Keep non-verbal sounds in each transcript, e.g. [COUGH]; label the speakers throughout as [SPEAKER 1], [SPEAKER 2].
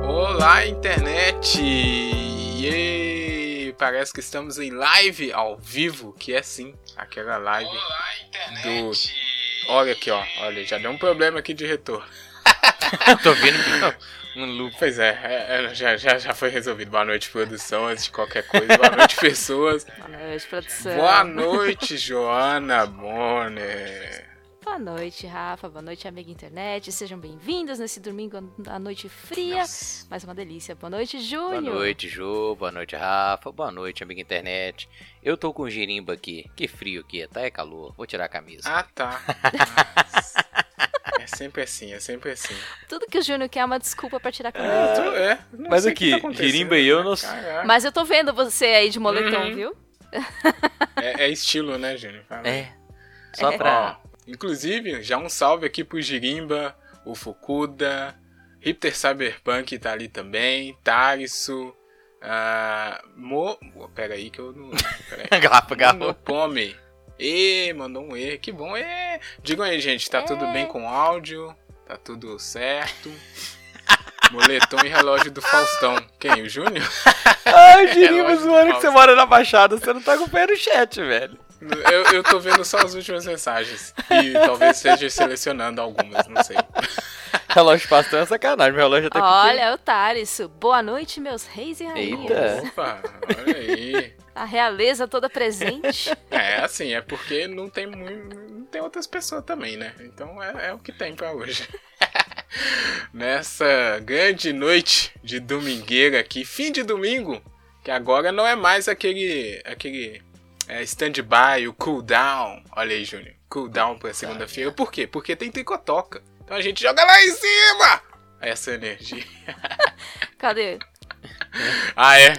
[SPEAKER 1] Olá, internet! Yay! Parece que estamos em live ao vivo, que é sim, aquela live
[SPEAKER 2] Olá, internet!
[SPEAKER 1] Olha aqui, ó. Olha, já deu um problema aqui de retorno.
[SPEAKER 3] Tô [LAUGHS] vendo que- um loop.
[SPEAKER 1] Pois é, é, é, já, já, já foi resolvido. Boa noite, produção, antes de qualquer coisa. Boa
[SPEAKER 2] [LAUGHS]
[SPEAKER 1] noite, pessoas.
[SPEAKER 2] Tá.
[SPEAKER 4] Boa noite, produção.
[SPEAKER 1] Boa noite, Joana Bonner.
[SPEAKER 4] Boa noite, Rafa. Boa noite, amiga internet. Sejam bem-vindos nesse domingo à noite fria. Mais uma delícia. Boa noite,
[SPEAKER 3] Boa
[SPEAKER 4] Júnior.
[SPEAKER 3] noite, Jô. Boa noite, Rafa. Boa noite, amiga internet. Eu tô com girimba aqui. Que frio que é, tá? É calor. Vou tirar a camisa.
[SPEAKER 1] Ah,
[SPEAKER 2] [LAUGHS]
[SPEAKER 1] tá. Ah, É sempre assim, é sempre assim.
[SPEAKER 4] Tudo que o Júnior quer é uma desculpa pra tirar
[SPEAKER 1] Eu
[SPEAKER 4] cabelo.
[SPEAKER 1] tô- é, não
[SPEAKER 3] Ah, Mas
[SPEAKER 1] sei o
[SPEAKER 3] aqui,
[SPEAKER 1] que tá acontecendo,
[SPEAKER 3] Girimba e eu
[SPEAKER 1] né?
[SPEAKER 3] não-
[SPEAKER 1] Caraca.
[SPEAKER 4] Mas eu tô vendo você aí de moletom,
[SPEAKER 1] Uhum.
[SPEAKER 4] viu?
[SPEAKER 1] É, é estilo, né, Júnior? Fala.
[SPEAKER 3] É. Só
[SPEAKER 4] É.
[SPEAKER 3] pra.
[SPEAKER 1] Ó, inclusive, já um salve aqui pro Girimba, o Fukuda, Hipter Cyberpunk tá ali também, Tarisso, ah, Mo... Ué, Pera aí que eu
[SPEAKER 3] [LAUGHS]
[SPEAKER 1] não... Pera aí.
[SPEAKER 3] Garrafa, garrafa.
[SPEAKER 1] Monopome. E mandou um E, que bom. E digam aí, gente, tá tudo
[SPEAKER 4] Ê.
[SPEAKER 1] bem com o áudio? Tá tudo certo? [LAUGHS] Moletom e relógio do Faustão. Quem? O Júnior?
[SPEAKER 3] [LAUGHS] Ai,
[SPEAKER 1] girimba, zoando que você
[SPEAKER 3] mora na Baixada, você não tá com o pé no chat, velho.
[SPEAKER 1] Eu, eu tô vendo só as últimas mensagens. E talvez esteja selecionando algumas, não sei.
[SPEAKER 3] [LAUGHS] Relógio pastor é sacanagem, meu
[SPEAKER 1] tá
[SPEAKER 3] relógio até
[SPEAKER 4] Olha, o Tarisso. Boa noite, meus reis e
[SPEAKER 3] Eita.
[SPEAKER 4] rainhas.
[SPEAKER 1] Opa, olha aí.
[SPEAKER 4] A realeza
[SPEAKER 1] [LAUGHS]
[SPEAKER 4] toda presente.
[SPEAKER 1] É, assim, é porque não tem muito. Não tem outras pessoas também, né? Então é, é o que tem pra hoje. [LAUGHS] Nessa grande noite de domingueira aqui, fim de domingo, que agora não é mais aquele. aquele é, stand-by, o cooldown. Olha aí, Júnior. Cooldown pra segunda-feira. Por quê? Porque tem tricotoca. Então a gente joga lá em cima! Essa energia.
[SPEAKER 4] Cadê?
[SPEAKER 1] Ah, é?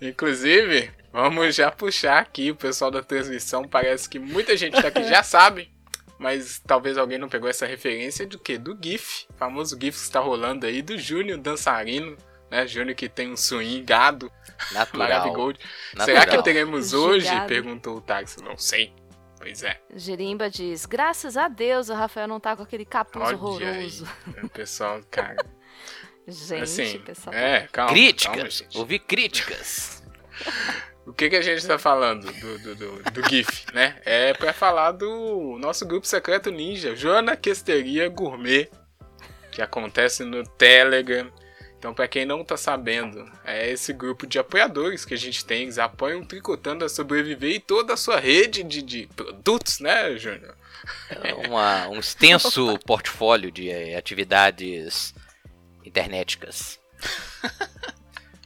[SPEAKER 1] Inclusive, vamos já puxar aqui o pessoal da transmissão. Parece que muita gente daqui já sabe, mas talvez alguém não pegou essa referência do que? Do GIF. O famoso GIF que está rolando aí do Júnior dançarino, né? Júnior que tem um swing gado,
[SPEAKER 3] Natural.
[SPEAKER 1] Maravigold. Será
[SPEAKER 3] Natural.
[SPEAKER 1] que teremos hoje?
[SPEAKER 4] Gigado.
[SPEAKER 1] Perguntou o táxi. Não sei. Pois é.
[SPEAKER 4] Girimba diz: Graças a Deus o Rafael não tá com aquele capuz
[SPEAKER 1] Olha aí.
[SPEAKER 4] horroroso.
[SPEAKER 1] O pessoal, cara.
[SPEAKER 4] Gente,
[SPEAKER 1] assim,
[SPEAKER 4] pessoal.
[SPEAKER 1] é, calma. calma,
[SPEAKER 3] Críticas.
[SPEAKER 1] gente.
[SPEAKER 3] Ouvi críticas.
[SPEAKER 1] O que, que a gente tá falando do, do, do, do GIF, né? É pra falar do nosso grupo secreto ninja, Joana Questeria Gourmet, que acontece no Telegram. Então, pra quem não tá sabendo, é esse grupo de apoiadores que a gente tem. Eles apoiam o Tricotando a sobreviver e toda a sua rede de, de produtos, né, Júnior?
[SPEAKER 3] É uma- um extenso portfólio de eh, atividades internéticas.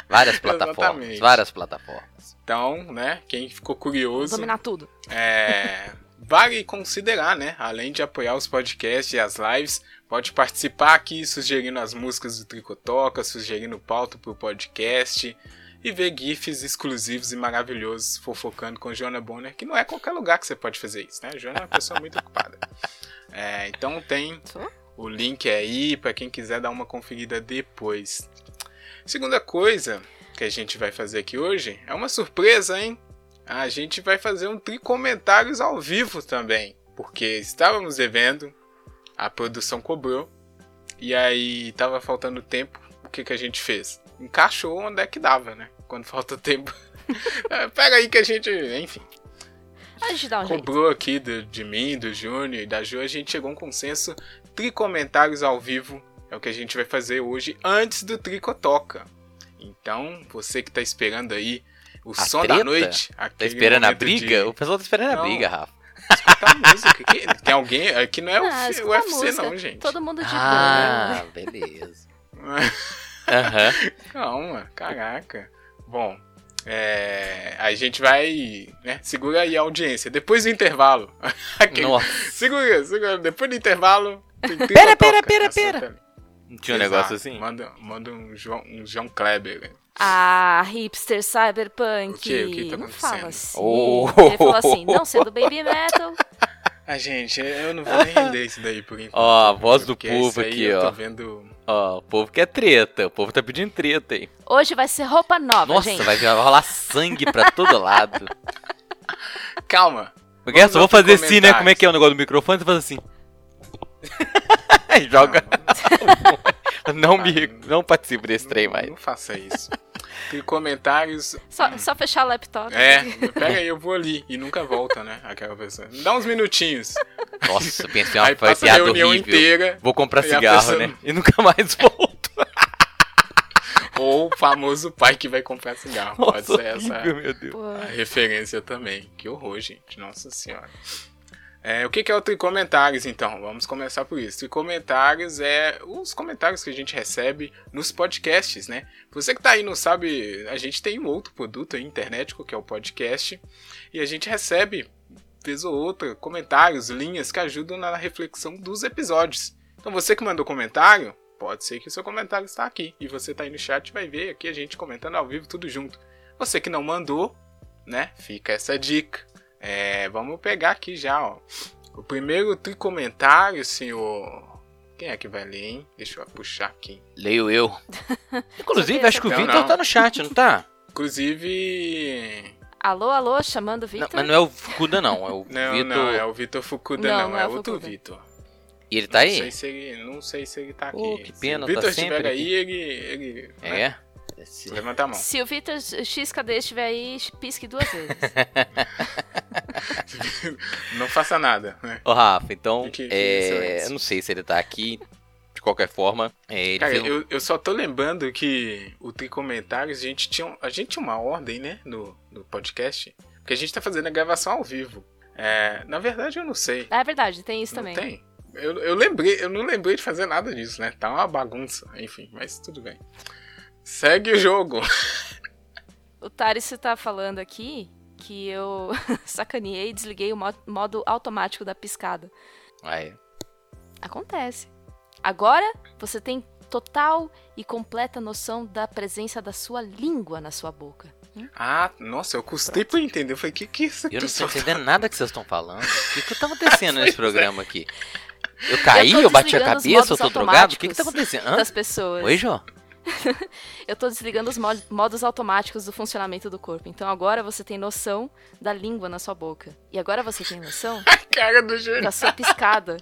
[SPEAKER 3] Várias plataformas.
[SPEAKER 1] Exatamente.
[SPEAKER 3] Várias plataformas. Tá
[SPEAKER 1] Então, né, quem ficou
[SPEAKER 4] Vamos
[SPEAKER 1] curioso,
[SPEAKER 4] dominar tudo.
[SPEAKER 1] É, vale considerar, né? Além de apoiar os podcasts e as lives, pode participar aqui sugerindo as músicas do Tricotoca, sugerindo pauta pro podcast e ver GIFs exclusivos e maravilhosos fofocando com Joana Bonner, que não é qualquer lugar que você pode fazer isso, né? Joana é uma pessoa muito ocupada. É, então tem
[SPEAKER 4] Sou?
[SPEAKER 1] o link aí pra quem quiser dar uma conferida depois. Segunda coisa que a gente vai fazer aqui hoje é uma surpresa, hein? A gente vai fazer um tricomentários ao vivo também, porque estávamos devendo, a produção cobrou e aí tava faltando tempo. O que que a gente fez? Encaixou onde é que dava, né? Quando [LAUGHS] falta tempo. É, Pega aí que a gente, enfim,
[SPEAKER 4] A gente dá um jeito.
[SPEAKER 1] cobrou aqui do- de mim, do Júnior e da Ju, a gente chegou a um consenso. Tricomentários ao vivo é o que a gente vai fazer hoje antes do Tricotoca. Então, você que tá esperando aí o
[SPEAKER 3] A
[SPEAKER 1] som da
[SPEAKER 3] treta?
[SPEAKER 1] noite.
[SPEAKER 3] Tá
[SPEAKER 1] aquele
[SPEAKER 3] esperando a
[SPEAKER 1] um momento de
[SPEAKER 3] briga? O pessoal tá esperando
[SPEAKER 1] Não.
[SPEAKER 3] a briga, Rafa.
[SPEAKER 1] Escutar a música. Que- tem alguém. Aqui não é o
[SPEAKER 4] Ah,
[SPEAKER 1] fi- o
[SPEAKER 4] escuta a
[SPEAKER 1] UFC,
[SPEAKER 4] música.
[SPEAKER 1] não, gente.
[SPEAKER 4] Todo mundo de boa.
[SPEAKER 3] Ah,
[SPEAKER 1] [LAUGHS]
[SPEAKER 3] beleza. Aham.
[SPEAKER 1] Calma, caraca. Bom, é, a gente vai. Né, segura aí a audiência. Depois do intervalo. [LAUGHS] Aquele-
[SPEAKER 3] Nossa,
[SPEAKER 1] Segura, segura. Depois do intervalo. tem trinta
[SPEAKER 3] Pera, pera,
[SPEAKER 1] toca.
[SPEAKER 3] pera,
[SPEAKER 1] Essa
[SPEAKER 3] pera.
[SPEAKER 1] também.
[SPEAKER 3] não tinha um
[SPEAKER 1] Exato.
[SPEAKER 3] negócio assim?
[SPEAKER 1] Manda, manda um, João, um João Kleber.
[SPEAKER 4] Ah, hipster cyberpunk.
[SPEAKER 1] O quê? O que tá
[SPEAKER 4] não
[SPEAKER 1] acontecendo?
[SPEAKER 4] fala assim.
[SPEAKER 3] Oh.
[SPEAKER 4] Ele falou assim, não sendo baby metal.
[SPEAKER 1] Ah, gente, eu
[SPEAKER 4] [LAUGHS]
[SPEAKER 1] não vou nem render isso daí por enquanto.
[SPEAKER 3] Ó, a voz do
[SPEAKER 1] Porque
[SPEAKER 3] povo
[SPEAKER 1] isso aí
[SPEAKER 3] aqui,
[SPEAKER 1] eu
[SPEAKER 3] ó.
[SPEAKER 1] Tô vendo...
[SPEAKER 3] Ó, o povo quer treta, o povo tá pedindo treta aí.
[SPEAKER 4] Hoje vai ser roupa nova,
[SPEAKER 3] Nossa,
[SPEAKER 4] gente.
[SPEAKER 3] vai vai rolar sangue pra todo lado.
[SPEAKER 1] Calma.
[SPEAKER 3] Porque eu só vou
[SPEAKER 1] lá pro
[SPEAKER 3] fazer assim, né?
[SPEAKER 1] comentários. [LAUGHS]
[SPEAKER 3] [LAUGHS] Como é que é o negócio do microfone? Você faz assim. Joga. [LAUGHS] Não, me, não participo desse trem
[SPEAKER 1] Não-
[SPEAKER 3] mais.
[SPEAKER 1] Não faça isso. Tem comentários.
[SPEAKER 4] Só, só fechar o laptop.
[SPEAKER 1] É, pega aí, eu vou ali. E nunca volta, né? Aquela pessoa. Dá uns minutinhos.
[SPEAKER 3] [LAUGHS] Nossa, pensei uma
[SPEAKER 1] Aí
[SPEAKER 3] foi
[SPEAKER 1] passa a
[SPEAKER 3] piada
[SPEAKER 1] reunião
[SPEAKER 3] horrível.
[SPEAKER 1] inteira.
[SPEAKER 3] Vou comprar
[SPEAKER 1] Aí a
[SPEAKER 3] cigarro,
[SPEAKER 1] pessoa-
[SPEAKER 3] né? E nunca
[SPEAKER 1] [LAUGHS]
[SPEAKER 3] mais volto.
[SPEAKER 1] Ou o famoso pai que vai comprar cigarro. Pode
[SPEAKER 3] Nossa,
[SPEAKER 1] ser essa
[SPEAKER 3] horrível, meu Deus.
[SPEAKER 4] Pô,
[SPEAKER 1] a referência também. Que horror, gente. Nossa senhora. É, o que, que é o Tricomentários, então? Vamos começar por isso. Tricomentários é os comentários que a gente recebe nos podcasts, né? Você que tá aí e não sabe, a gente tem um outro produto aí, internetico, que é o podcast. E a gente recebe, vez ou outra, comentários, linhas que ajudam na reflexão dos episódios. Então você que mandou comentário, pode ser que o seu comentário está aqui. E você tá aí no chat e vai ver aqui a gente comentando ao vivo tudo junto. Você que não mandou, né? Fica essa dica. É, vamos pegar aqui já, ó. O primeiro tricomentário, senhor. Quem é que vai ler, hein? Deixa eu puxar aqui.
[SPEAKER 3] Leio eu. [LAUGHS] Inclusive,
[SPEAKER 4] Não,
[SPEAKER 3] acho que o
[SPEAKER 1] não.
[SPEAKER 3] Victor tá no chat, não [LAUGHS] tá?
[SPEAKER 1] Inclusive.
[SPEAKER 4] Alô, alô, chamando o
[SPEAKER 3] Não,
[SPEAKER 4] Victor.
[SPEAKER 3] mas não é o Fukuda, não. É
[SPEAKER 1] [LAUGHS]
[SPEAKER 3] o
[SPEAKER 1] Não,
[SPEAKER 3] Vitor.
[SPEAKER 1] não, é o Vitor Fukuda,
[SPEAKER 4] Não,
[SPEAKER 1] não,
[SPEAKER 4] não
[SPEAKER 1] é,
[SPEAKER 4] é o
[SPEAKER 1] outro
[SPEAKER 4] Fukuda.
[SPEAKER 1] Vitor.
[SPEAKER 3] E ele tá
[SPEAKER 1] Não sei
[SPEAKER 3] aí?
[SPEAKER 1] se ele, não sei se ele tá aqui.
[SPEAKER 3] Pô, que
[SPEAKER 1] se
[SPEAKER 3] pena,
[SPEAKER 1] o Vitor
[SPEAKER 3] tá
[SPEAKER 1] estiver
[SPEAKER 3] sempre
[SPEAKER 1] aí,
[SPEAKER 3] aqui.
[SPEAKER 1] ele. ele né?
[SPEAKER 3] É? Esse-
[SPEAKER 1] Levanta a mão.
[SPEAKER 4] Se o Victor XKD estiver aí, pisque duas vezes. [LAUGHS]
[SPEAKER 1] Não faça nada, né?
[SPEAKER 3] Ô, Rafa, então,
[SPEAKER 1] Fique- fique em
[SPEAKER 3] é...
[SPEAKER 1] silêncio.
[SPEAKER 3] eu não sei se ele tá aqui. De qualquer forma, é, ele
[SPEAKER 1] Cara,
[SPEAKER 3] fez-
[SPEAKER 1] eu, eu só tô lembrando que o Tricomentários, a gente tinha, um, a gente tinha uma ordem, né? No, no podcast. Porque a gente tá fazendo a gravação ao vivo. É, na verdade, eu não sei.
[SPEAKER 4] Ah, é verdade, tem isso
[SPEAKER 1] não
[SPEAKER 4] também.
[SPEAKER 1] tem. Eu, eu lembrei, eu não lembrei de fazer nada disso, né? Tá uma bagunça, enfim, mas tudo bem. Segue o jogo. [LAUGHS]
[SPEAKER 4] O Thales tá falando aqui que eu [LAUGHS] sacaneei e desliguei o mo- modo automático da piscada.
[SPEAKER 3] Ah, é.
[SPEAKER 4] Acontece. Agora você tem total e completa noção da presença da sua língua na sua boca.
[SPEAKER 1] Ah, nossa, eu custei pra entender. Eu falei, que que é isso
[SPEAKER 3] Eu
[SPEAKER 1] aqui?
[SPEAKER 3] não tô entendendo nada que vocês estão falando. O que, que tá acontecendo
[SPEAKER 1] [LAUGHS]
[SPEAKER 3] nesse
[SPEAKER 1] é.
[SPEAKER 3] programa aqui? Eu caí,
[SPEAKER 4] Eu tô
[SPEAKER 3] eu, bati a
[SPEAKER 4] desligando os
[SPEAKER 3] cabeça, eu tô
[SPEAKER 4] modos
[SPEAKER 3] drogado? O que, que tá
[SPEAKER 4] automáticos
[SPEAKER 3] acontecendo? Hã?
[SPEAKER 4] Das pessoas.
[SPEAKER 3] Oi, Jô?
[SPEAKER 4] Eu tô desligando os mo- modos automáticos do funcionamento do corpo. Então agora você tem noção da língua na sua boca. E agora você tem noção
[SPEAKER 1] A cara do Júlio.
[SPEAKER 4] da sua piscada.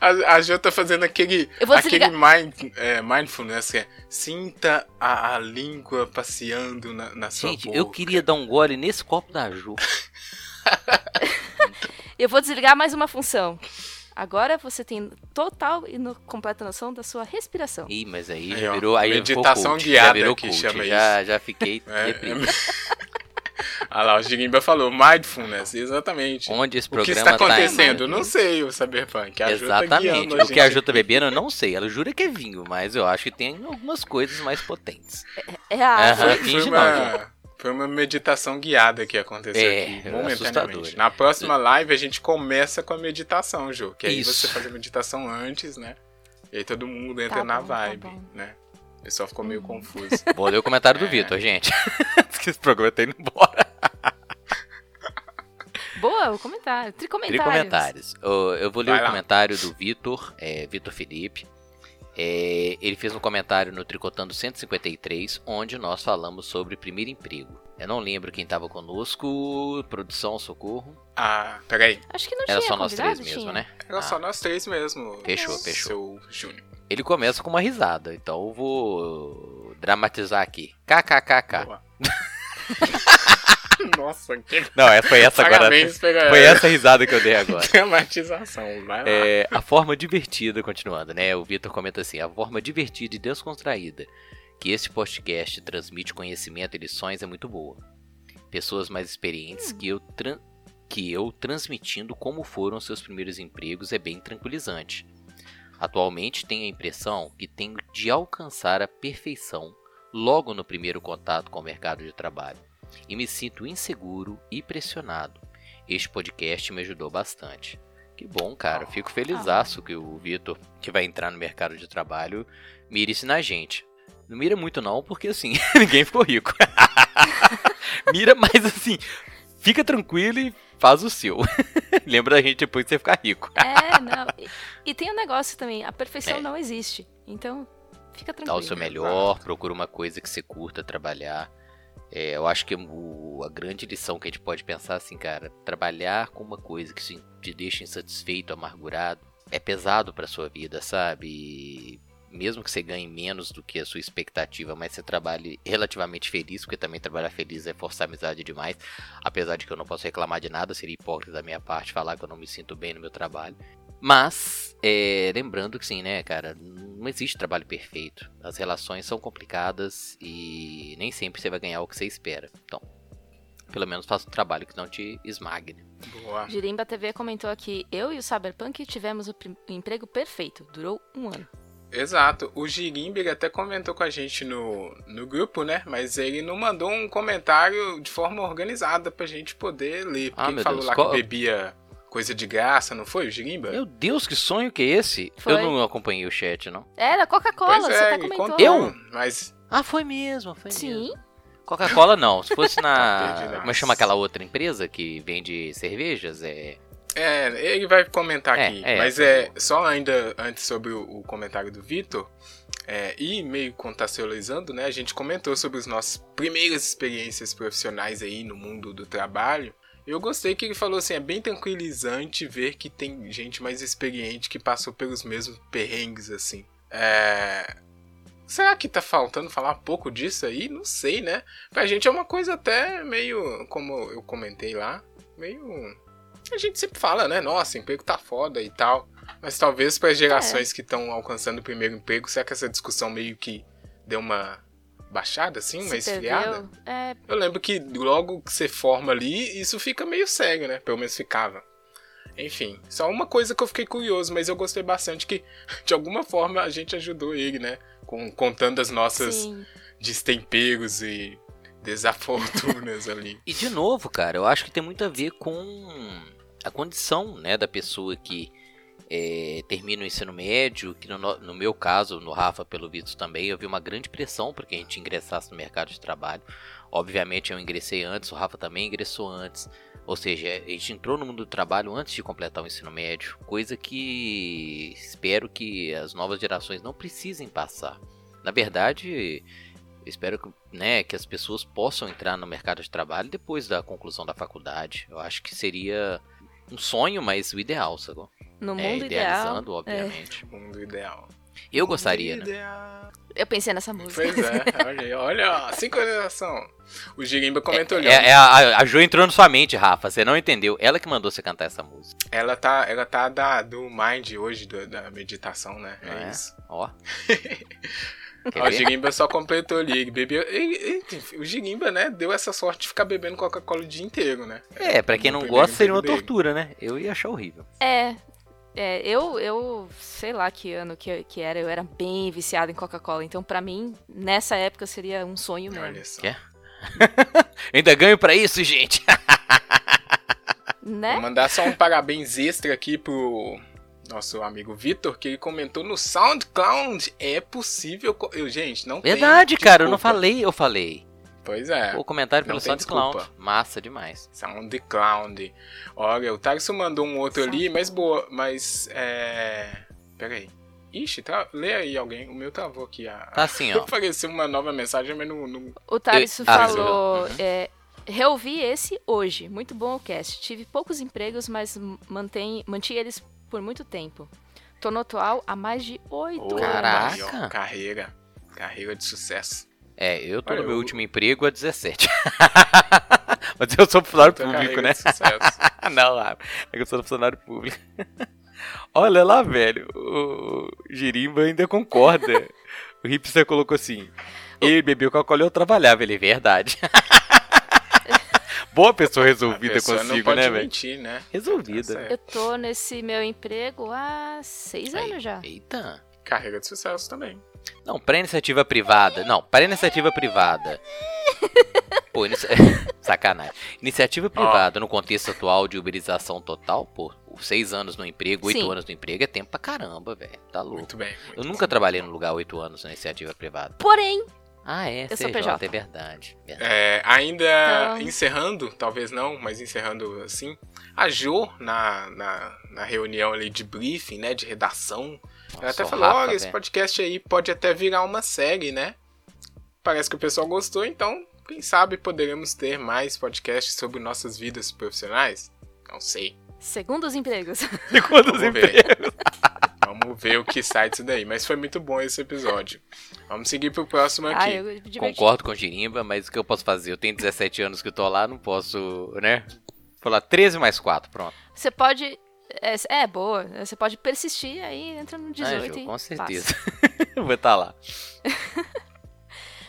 [SPEAKER 1] A, a Jo tá fazendo aquele,
[SPEAKER 4] Eu vou
[SPEAKER 1] aquele
[SPEAKER 4] desligar.
[SPEAKER 1] mind, é, mindfulness que é sinta a, a língua passeando na, na sua
[SPEAKER 3] Gente,
[SPEAKER 1] boca.
[SPEAKER 3] eu queria dar um gole nesse copo da Ju.
[SPEAKER 4] Eu vou desligar mais uma função. Agora você tem total e no- completa noção da sua respiração.
[SPEAKER 3] Ih, mas aí,
[SPEAKER 1] Aí,
[SPEAKER 3] já
[SPEAKER 1] ó,
[SPEAKER 3] virou. Aí ficou
[SPEAKER 1] meditação
[SPEAKER 3] coach, já
[SPEAKER 1] guiada
[SPEAKER 3] virou
[SPEAKER 1] que
[SPEAKER 3] coach,
[SPEAKER 1] chama
[SPEAKER 3] já, já fiquei
[SPEAKER 1] É,
[SPEAKER 3] deprimido.
[SPEAKER 1] Olha Ah lá, o Jirimba falou, mindfulness, exatamente.
[SPEAKER 3] Onde esse
[SPEAKER 1] O que
[SPEAKER 3] Um programa
[SPEAKER 1] está
[SPEAKER 3] tá
[SPEAKER 1] acontecendo?
[SPEAKER 3] indo?
[SPEAKER 1] não sei, o Cyberpunk. A Jo tá
[SPEAKER 3] Exatamente.
[SPEAKER 1] guiando a
[SPEAKER 3] o que a
[SPEAKER 1] gente
[SPEAKER 3] Ju tá bebendo, eu não sei. Ela jura que é vinho, mas eu acho que tem algumas coisas mais potentes.
[SPEAKER 4] É a água.
[SPEAKER 3] Aham.
[SPEAKER 1] Foi,
[SPEAKER 3] Não
[SPEAKER 1] foi
[SPEAKER 3] finge não,
[SPEAKER 1] uma, foi uma meditação guiada que aconteceu
[SPEAKER 3] né? É,
[SPEAKER 1] aqui,
[SPEAKER 3] é
[SPEAKER 1] momentaneamente.
[SPEAKER 3] assustador.
[SPEAKER 1] Na próxima live a gente começa com a meditação, Ju. Que aí
[SPEAKER 3] Isso.
[SPEAKER 1] você faz a meditação antes, né? E aí todo mundo entra
[SPEAKER 4] Tá
[SPEAKER 1] na
[SPEAKER 4] bom, tá
[SPEAKER 1] vibe,
[SPEAKER 4] bom. Uhum.
[SPEAKER 1] né? O pessoal ficou meio
[SPEAKER 4] [LAUGHS]
[SPEAKER 1] confuso.
[SPEAKER 3] Vou ler o comentário
[SPEAKER 1] [LAUGHS]
[SPEAKER 3] do
[SPEAKER 1] É.
[SPEAKER 3] Vitor, gente. [LAUGHS] Diz que esse programa tá indo embora.
[SPEAKER 4] Boa, o comentário. Tricomentários.
[SPEAKER 3] Tri comentários. Ô, Eu vou ler
[SPEAKER 1] Vai
[SPEAKER 3] o
[SPEAKER 1] lá.
[SPEAKER 3] comentário do Vitor, é, Vitor Felipe. É, ele fez um comentário no Tricotando 153, onde nós falamos sobre primeiro emprego. Eu não lembro quem tava conosco, produção, socorro.
[SPEAKER 1] Ah, peraí.
[SPEAKER 4] Acho que não
[SPEAKER 3] Era
[SPEAKER 4] tinha
[SPEAKER 3] só nós três
[SPEAKER 4] convidado,
[SPEAKER 3] mesmo,
[SPEAKER 4] tinha.
[SPEAKER 3] né?
[SPEAKER 1] Era
[SPEAKER 3] Ah.
[SPEAKER 1] só nós três mesmo.
[SPEAKER 3] Fechou,
[SPEAKER 1] seu Júnior.
[SPEAKER 3] Ele começa com uma risada, então eu vou dramatizar aqui. KKKK.
[SPEAKER 1] Boa. [LAUGHS] Nossa, que
[SPEAKER 3] Não, essa foi essa agora.
[SPEAKER 1] parabéns pela
[SPEAKER 3] Foi essa risada que eu dei agora.
[SPEAKER 1] dramatização. Vai lá.
[SPEAKER 3] É, a forma divertida, continuando, né? O Vitor comenta assim: a forma divertida e descontraída que este podcast transmite conhecimento e lições é muito boa. Pessoas mais experientes que eu, tran- que eu transmitindo como foram seus primeiros empregos é bem tranquilizante. Atualmente tenho a impressão que tenho de alcançar a perfeição logo no primeiro contato com o mercado de trabalho e me sinto inseguro e pressionado. Este podcast me ajudou bastante. Que bom, cara. Fico felizaço que o Vitor, que vai entrar no mercado de trabalho, mire-se na gente. Não mira muito não, porque assim, [LAUGHS] ninguém ficou rico. mira, mas assim, fica tranquilo e faz o seu. [LAUGHS] Lembra da gente depois que você ficar rico.
[SPEAKER 4] É, não. E, e tem um negócio também, a perfeição
[SPEAKER 3] É.
[SPEAKER 4] não existe. Então, fica
[SPEAKER 3] Dá
[SPEAKER 4] tranquilo.
[SPEAKER 3] o seu melhor, procura uma coisa que você curta trabalhar. É, eu acho que o- a grande lição que a gente pode pensar assim, cara, trabalhar com uma coisa que se- te deixa insatisfeito, amargurado, é pesado pra sua vida, sabe? E mesmo que você ganhe menos do que a sua expectativa, mas você trabalhe relativamente feliz, porque também trabalhar feliz é forçar a amizade demais. Apesar de que eu não posso reclamar de nada, seria hipócrita da minha parte falar que eu não me sinto bem no meu trabalho. Mas, é, lembrando que sim, né, cara, não existe trabalho perfeito. As relações são complicadas e nem sempre você vai ganhar o que você espera. Então, pelo menos faça um trabalho que não te esmague, né?
[SPEAKER 1] Boa.
[SPEAKER 4] Jirimba TV comentou aqui: eu e o Cyberpunk tivemos o prim- o emprego perfeito, durou um ano.
[SPEAKER 1] Exato. O Girimba ele até comentou com a gente no, no grupo, né? Mas ele não mandou um comentário de forma organizada pra gente poder ler. Porque
[SPEAKER 3] Ah,
[SPEAKER 1] ele
[SPEAKER 3] meu
[SPEAKER 1] falou
[SPEAKER 3] Deus,
[SPEAKER 1] lá
[SPEAKER 3] qual-
[SPEAKER 1] que bebia coisa de graça, não foi, o Girimba?
[SPEAKER 3] Meu Deus, que sonho que é esse?
[SPEAKER 4] Foi.
[SPEAKER 3] Eu não acompanhei o chat, não.
[SPEAKER 4] Era Coca-Cola, você
[SPEAKER 3] é,
[SPEAKER 4] tá até
[SPEAKER 1] é, ele
[SPEAKER 4] comentou.
[SPEAKER 1] contou,
[SPEAKER 3] Eu?
[SPEAKER 1] Mas
[SPEAKER 3] Ah, foi mesmo, foi mesmo.
[SPEAKER 4] Sim.
[SPEAKER 3] Coca-Cola não, se [LAUGHS] fosse
[SPEAKER 1] Entendi,
[SPEAKER 3] na...
[SPEAKER 1] não.
[SPEAKER 3] Como chama aquela outra empresa que vende cervejas? É...
[SPEAKER 1] É, ele vai comentar
[SPEAKER 3] É,
[SPEAKER 1] aqui.
[SPEAKER 3] é,
[SPEAKER 1] mas
[SPEAKER 3] por
[SPEAKER 1] é só ainda antes sobre o, o comentário do Vitor. é, e meio contextualizando, né? A gente comentou sobre as nossas primeiras experiências profissionais aí no mundo do trabalho. Eu gostei que ele falou assim, é bem tranquilizante ver que tem gente mais experiente que passou pelos mesmos perrengues assim. É, Será que tá faltando falar um pouco disso aí? Não sei, né? Pra gente é uma coisa até meio, como eu comentei lá, meio a gente sempre fala, né? Nossa, emprego tá foda e tal. Mas talvez para gerações
[SPEAKER 4] É.
[SPEAKER 1] que estão alcançando o primeiro emprego, será que essa discussão meio que deu uma baixada, assim, uma
[SPEAKER 4] se
[SPEAKER 1] esfriada?
[SPEAKER 4] perdeu. É,
[SPEAKER 1] Eu lembro que logo que você forma ali, isso fica meio sério, né? Pelo menos ficava. Enfim, só uma coisa que eu fiquei curioso, mas eu gostei bastante que, [LAUGHS] de alguma forma, a gente ajudou ele, né? Com, contando as nossas
[SPEAKER 4] sim.
[SPEAKER 1] destemperos e [LAUGHS] desafortunas ali.
[SPEAKER 3] E de novo, cara, eu acho que tem muito a ver com a condição né, da pessoa que é, termina o ensino médio, que no, no- no meu caso, no Rafa, pelo visto também, eu vi uma grande pressão para que a gente ingressasse no mercado de trabalho. Obviamente eu ingressei antes, o Rafa também ingressou antes. Ou seja, a gente entrou no mundo do trabalho antes de completar o ensino médio, coisa que espero que as novas gerações não precisem passar. Na verdade, eu espero que, né, que as pessoas possam entrar no mercado de trabalho depois da conclusão da faculdade. Eu acho que seria um sonho, mas o ideal, sacou?
[SPEAKER 4] No
[SPEAKER 3] é,
[SPEAKER 4] mundo ideal.
[SPEAKER 3] idealizando, obviamente.
[SPEAKER 1] Tipo, um Mundo ideal.
[SPEAKER 3] Eu gostaria, né?
[SPEAKER 1] Ideal.
[SPEAKER 4] Eu pensei nessa música.
[SPEAKER 1] Pois é,
[SPEAKER 3] [LAUGHS]
[SPEAKER 1] olha, aí, olha, sincronização. O Girimba comentou ali. ó.
[SPEAKER 3] É, é a, a Jo entrou na sua mente, Rafa. Você não entendeu. Ela que mandou você cantar essa música.
[SPEAKER 1] Ela tá, ela tá da, do mind hoje, do- da meditação, né? É,
[SPEAKER 3] Não é?
[SPEAKER 1] isso. [LAUGHS]
[SPEAKER 3] Ó. Quer
[SPEAKER 1] Ó, o
[SPEAKER 3] ver?
[SPEAKER 1] Girimba só completou ali. Ele bebeu. ele- ele- o Girimba, né, deu essa sorte de ficar bebendo Coca-Cola o dia inteiro, né?
[SPEAKER 3] É, pra quem
[SPEAKER 1] No
[SPEAKER 3] não
[SPEAKER 1] primeiro
[SPEAKER 3] gosta, seria uma
[SPEAKER 1] emprego dele.
[SPEAKER 3] tortura, né? Eu ia achar horrível.
[SPEAKER 4] É. é, eu, eu sei lá que ano que, que era, eu era bem viciada em Coca-Cola. Então, pra mim, nessa época seria um sonho mesmo.
[SPEAKER 1] Olha só.
[SPEAKER 3] Quer? Ainda ganho pra isso, gente.
[SPEAKER 4] Né?
[SPEAKER 1] Vou mandar só um parabéns extra aqui pro nosso amigo Vitor, que ele comentou no SoundCloud. É possível. co- Eu, gente, não tem
[SPEAKER 3] Verdade, cara. Eu não
[SPEAKER 1] desculpa.
[SPEAKER 3] falei, eu falei.
[SPEAKER 1] Pois é.
[SPEAKER 3] O comentário
[SPEAKER 1] Não
[SPEAKER 3] pelo
[SPEAKER 1] tem
[SPEAKER 3] SoundCloud.
[SPEAKER 1] desculpa.
[SPEAKER 3] Massa demais.
[SPEAKER 1] SoundCloud. Olha, o Tarso mandou um outro ali, mas boa, mas é. Peraí. Ixi, tra... lê aí alguém. O meu travou aqui. A...
[SPEAKER 3] Tá assim, ó.
[SPEAKER 1] Apareceu uma nova mensagem, mas não. não-
[SPEAKER 4] O Thales
[SPEAKER 3] Eu- Ah,
[SPEAKER 4] falou. é, Reouvi esse hoje. Muito bom o cast. Tive poucos empregos, mas m- mantém, mantive eles por muito tempo. Tô no atual há mais de oito
[SPEAKER 1] Olha
[SPEAKER 3] Caraca.
[SPEAKER 4] anos.
[SPEAKER 1] aí, ó, carreira. Carreira de sucesso.
[SPEAKER 3] É, eu tô
[SPEAKER 1] Olha,
[SPEAKER 3] no meu
[SPEAKER 1] eu-
[SPEAKER 3] último emprego há 17. [LAUGHS] Mas eu sou funcionário
[SPEAKER 1] Outra
[SPEAKER 3] público,
[SPEAKER 1] carreira
[SPEAKER 3] né?
[SPEAKER 1] de sucesso.
[SPEAKER 3] Ah, [LAUGHS] não, Rafa. é que eu sou funcionário público. [LAUGHS] Olha lá, velho. O Girimba ainda concorda. o Hipster colocou assim: ele bebeu Coca-Cola e eu trabalhava. Ele, "É verdade. [LAUGHS] Boa pessoa
[SPEAKER 1] A
[SPEAKER 3] resolvida
[SPEAKER 1] pessoa não
[SPEAKER 3] consigo,
[SPEAKER 1] pode
[SPEAKER 3] né, velho?
[SPEAKER 1] mentir, né? Tá
[SPEAKER 3] Resolvida.
[SPEAKER 1] certo.
[SPEAKER 4] Eu tô nesse meu emprego há seis
[SPEAKER 3] Aí,
[SPEAKER 4] anos já.
[SPEAKER 3] Eita.
[SPEAKER 1] Carreira de sucesso também.
[SPEAKER 3] Não, pra iniciativa privada. Não, para iniciativa
[SPEAKER 4] [LAUGHS]
[SPEAKER 3] privada. Pô, inici... [LAUGHS] sacanagem. Iniciativa privada no contexto atual de uberização total, pô. Seis anos no emprego, oito
[SPEAKER 4] Sim.
[SPEAKER 3] anos no emprego é tempo pra caramba, velho. Tá louco.
[SPEAKER 1] Muito bem. muito
[SPEAKER 3] Eu
[SPEAKER 1] bem.
[SPEAKER 3] nunca trabalhei num lugar oito anos na iniciativa privada.
[SPEAKER 4] Porém,
[SPEAKER 3] Ah, é,
[SPEAKER 4] Eu sou
[SPEAKER 3] CJ,
[SPEAKER 4] PJ.
[SPEAKER 3] é verdade. verdade.
[SPEAKER 1] É, ainda
[SPEAKER 4] Então-
[SPEAKER 1] encerrando, talvez não, mas encerrando assim, a Jo, na, na, na reunião ali de briefing, né, de redação, ela
[SPEAKER 3] Nossa,
[SPEAKER 1] até
[SPEAKER 3] o
[SPEAKER 1] falou,
[SPEAKER 3] Rafa,
[SPEAKER 1] olha, esse
[SPEAKER 3] velho.
[SPEAKER 1] podcast aí pode até virar uma série, né? Parece que o pessoal gostou, então, quem sabe poderemos ter mais podcasts sobre nossas vidas profissionais? Não sei.
[SPEAKER 4] segundo os empregos.
[SPEAKER 1] [LAUGHS]
[SPEAKER 3] Segundo
[SPEAKER 1] Vamos
[SPEAKER 3] os
[SPEAKER 1] ver.
[SPEAKER 3] empregos.
[SPEAKER 1] Vamos Vamos ver o que sai disso daí. Mas foi muito bom esse episódio. Vamos seguir pro próximo
[SPEAKER 4] [LAUGHS]
[SPEAKER 1] aqui.
[SPEAKER 4] Ah, eu me diverti.
[SPEAKER 3] é Concordo com o Girimba, mas o que eu posso fazer? Eu tenho 17 anos que eu tô lá, não posso, né? Falar 13 mais 4, pronto.
[SPEAKER 4] Você pode. É, é, boa. Você pode persistir aí entra no 18
[SPEAKER 3] Anjo,
[SPEAKER 4] e
[SPEAKER 3] Ah, com
[SPEAKER 4] passa.
[SPEAKER 3] certeza. [LAUGHS] Vou estar lá.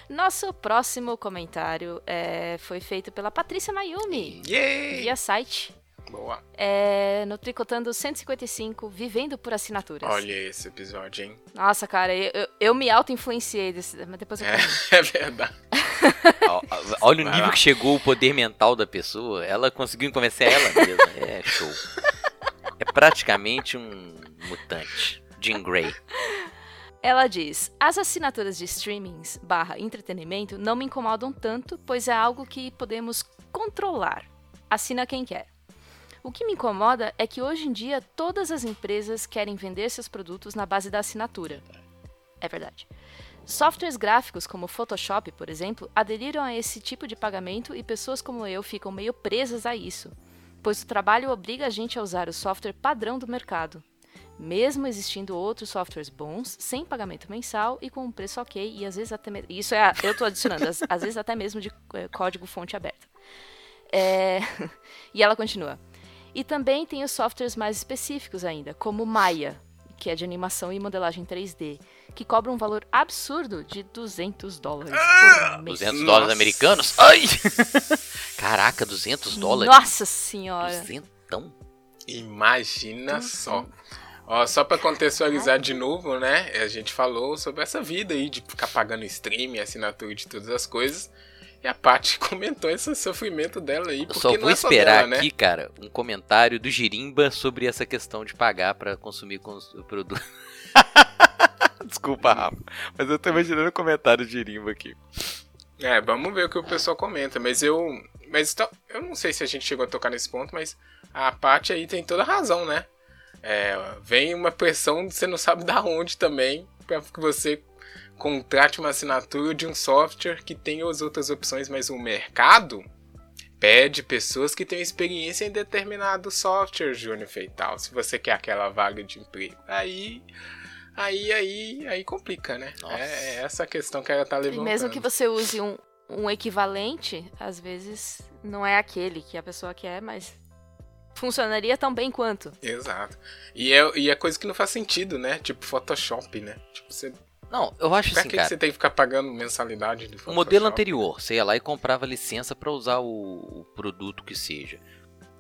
[SPEAKER 4] Nosso próximo comentário é, foi feito pela Patrícia Mayumi,
[SPEAKER 1] Yay!
[SPEAKER 4] via site.
[SPEAKER 1] Boa.
[SPEAKER 4] É, no Tricotando 155, Vivendo por Assinaturas.
[SPEAKER 1] Olha esse episódio, hein?
[SPEAKER 4] Nossa, cara, eu, eu, eu me auto-influenciei desse. Mas depois
[SPEAKER 1] [LAUGHS]
[SPEAKER 4] eu.
[SPEAKER 1] É, é verdade.
[SPEAKER 3] Ó, ó, Olha o
[SPEAKER 1] Vai
[SPEAKER 3] nível
[SPEAKER 1] lá.
[SPEAKER 3] que chegou o poder mental da pessoa. Ela conseguiu convencer ela mesma. É show. É praticamente um mutante. Jean Grey.
[SPEAKER 4] Ela diz: As assinaturas de streamings barra entretenimento não me incomodam tanto, pois é algo que podemos controlar. Assina quem quer. O que me incomoda é que hoje em dia todas as empresas querem vender seus produtos na base da assinatura. É verdade. Softwares gráficos como Photoshop, por exemplo, aderiram a esse tipo de pagamento e pessoas como eu ficam meio presas a isso, pois o trabalho obriga a gente a usar o software padrão do mercado mesmo existindo outros softwares bons, sem pagamento mensal e com um preço ok, e às vezes até mesmo. Isso é. a- Eu tô adicionando, às, às vezes até mesmo de eh, código fonte aberta. É, [LAUGHS] e ela continua. E também tem os softwares mais específicos ainda, como Maya, que é de animação e modelagem 3D, que cobra um valor absurdo de 200 dólares por mês.
[SPEAKER 3] 200
[SPEAKER 1] Nossa.
[SPEAKER 3] dólares americanos? Ai! Caraca, 200 dólares?
[SPEAKER 4] Nossa senhora!
[SPEAKER 3] 200? Uhum.
[SPEAKER 1] Imagina só. Ó, só pra contextualizar de novo, né? A gente falou sobre essa vida aí de ficar pagando stream, assinatura de todas as coisas. E a Paty [LAUGHS] comentou esse sofrimento dela aí.
[SPEAKER 3] Eu
[SPEAKER 1] Porque
[SPEAKER 3] só
[SPEAKER 1] não
[SPEAKER 3] vou
[SPEAKER 1] é só
[SPEAKER 3] esperar
[SPEAKER 1] dela,
[SPEAKER 3] aqui,
[SPEAKER 1] né?
[SPEAKER 3] cara, um comentário do Girimba sobre essa questão de pagar pra consumir cons- o produto. [LAUGHS] Desculpa, Rafa, mas eu tô imaginando o comentário do Girimba aqui.
[SPEAKER 1] É, vamos ver o que o pessoal comenta. Mas eu. Mas tal- eu não sei se a gente chegou a tocar nesse ponto, mas a Paty aí tem toda a razão, né? É, vem uma pressão que você não sabe da onde também, pra que você contrate uma assinatura de um software que tem as outras opções, mas o mercado pede pessoas que têm experiência em determinado software, Júnior Feital, se você quer aquela vaga de emprego. Aí. Aí, aí, aí complica, né?
[SPEAKER 3] Nossa.
[SPEAKER 1] É, é essa a questão que ela tá
[SPEAKER 4] E
[SPEAKER 1] levantando.
[SPEAKER 4] mesmo que você use um, um equivalente, às vezes não é aquele que a pessoa quer, mas funcionaria tão bem quanto.
[SPEAKER 1] Exato. E é, e é coisa que não faz sentido, né? Tipo Photoshop, né? Tipo, você,
[SPEAKER 3] Não, eu acho
[SPEAKER 1] pra que,
[SPEAKER 3] assim,
[SPEAKER 1] que
[SPEAKER 3] cara.
[SPEAKER 1] você tem que ficar pagando mensalidade do Photoshop?
[SPEAKER 3] O Um modelo anterior, você ia lá e comprava licença pra usar o, o produto que seja.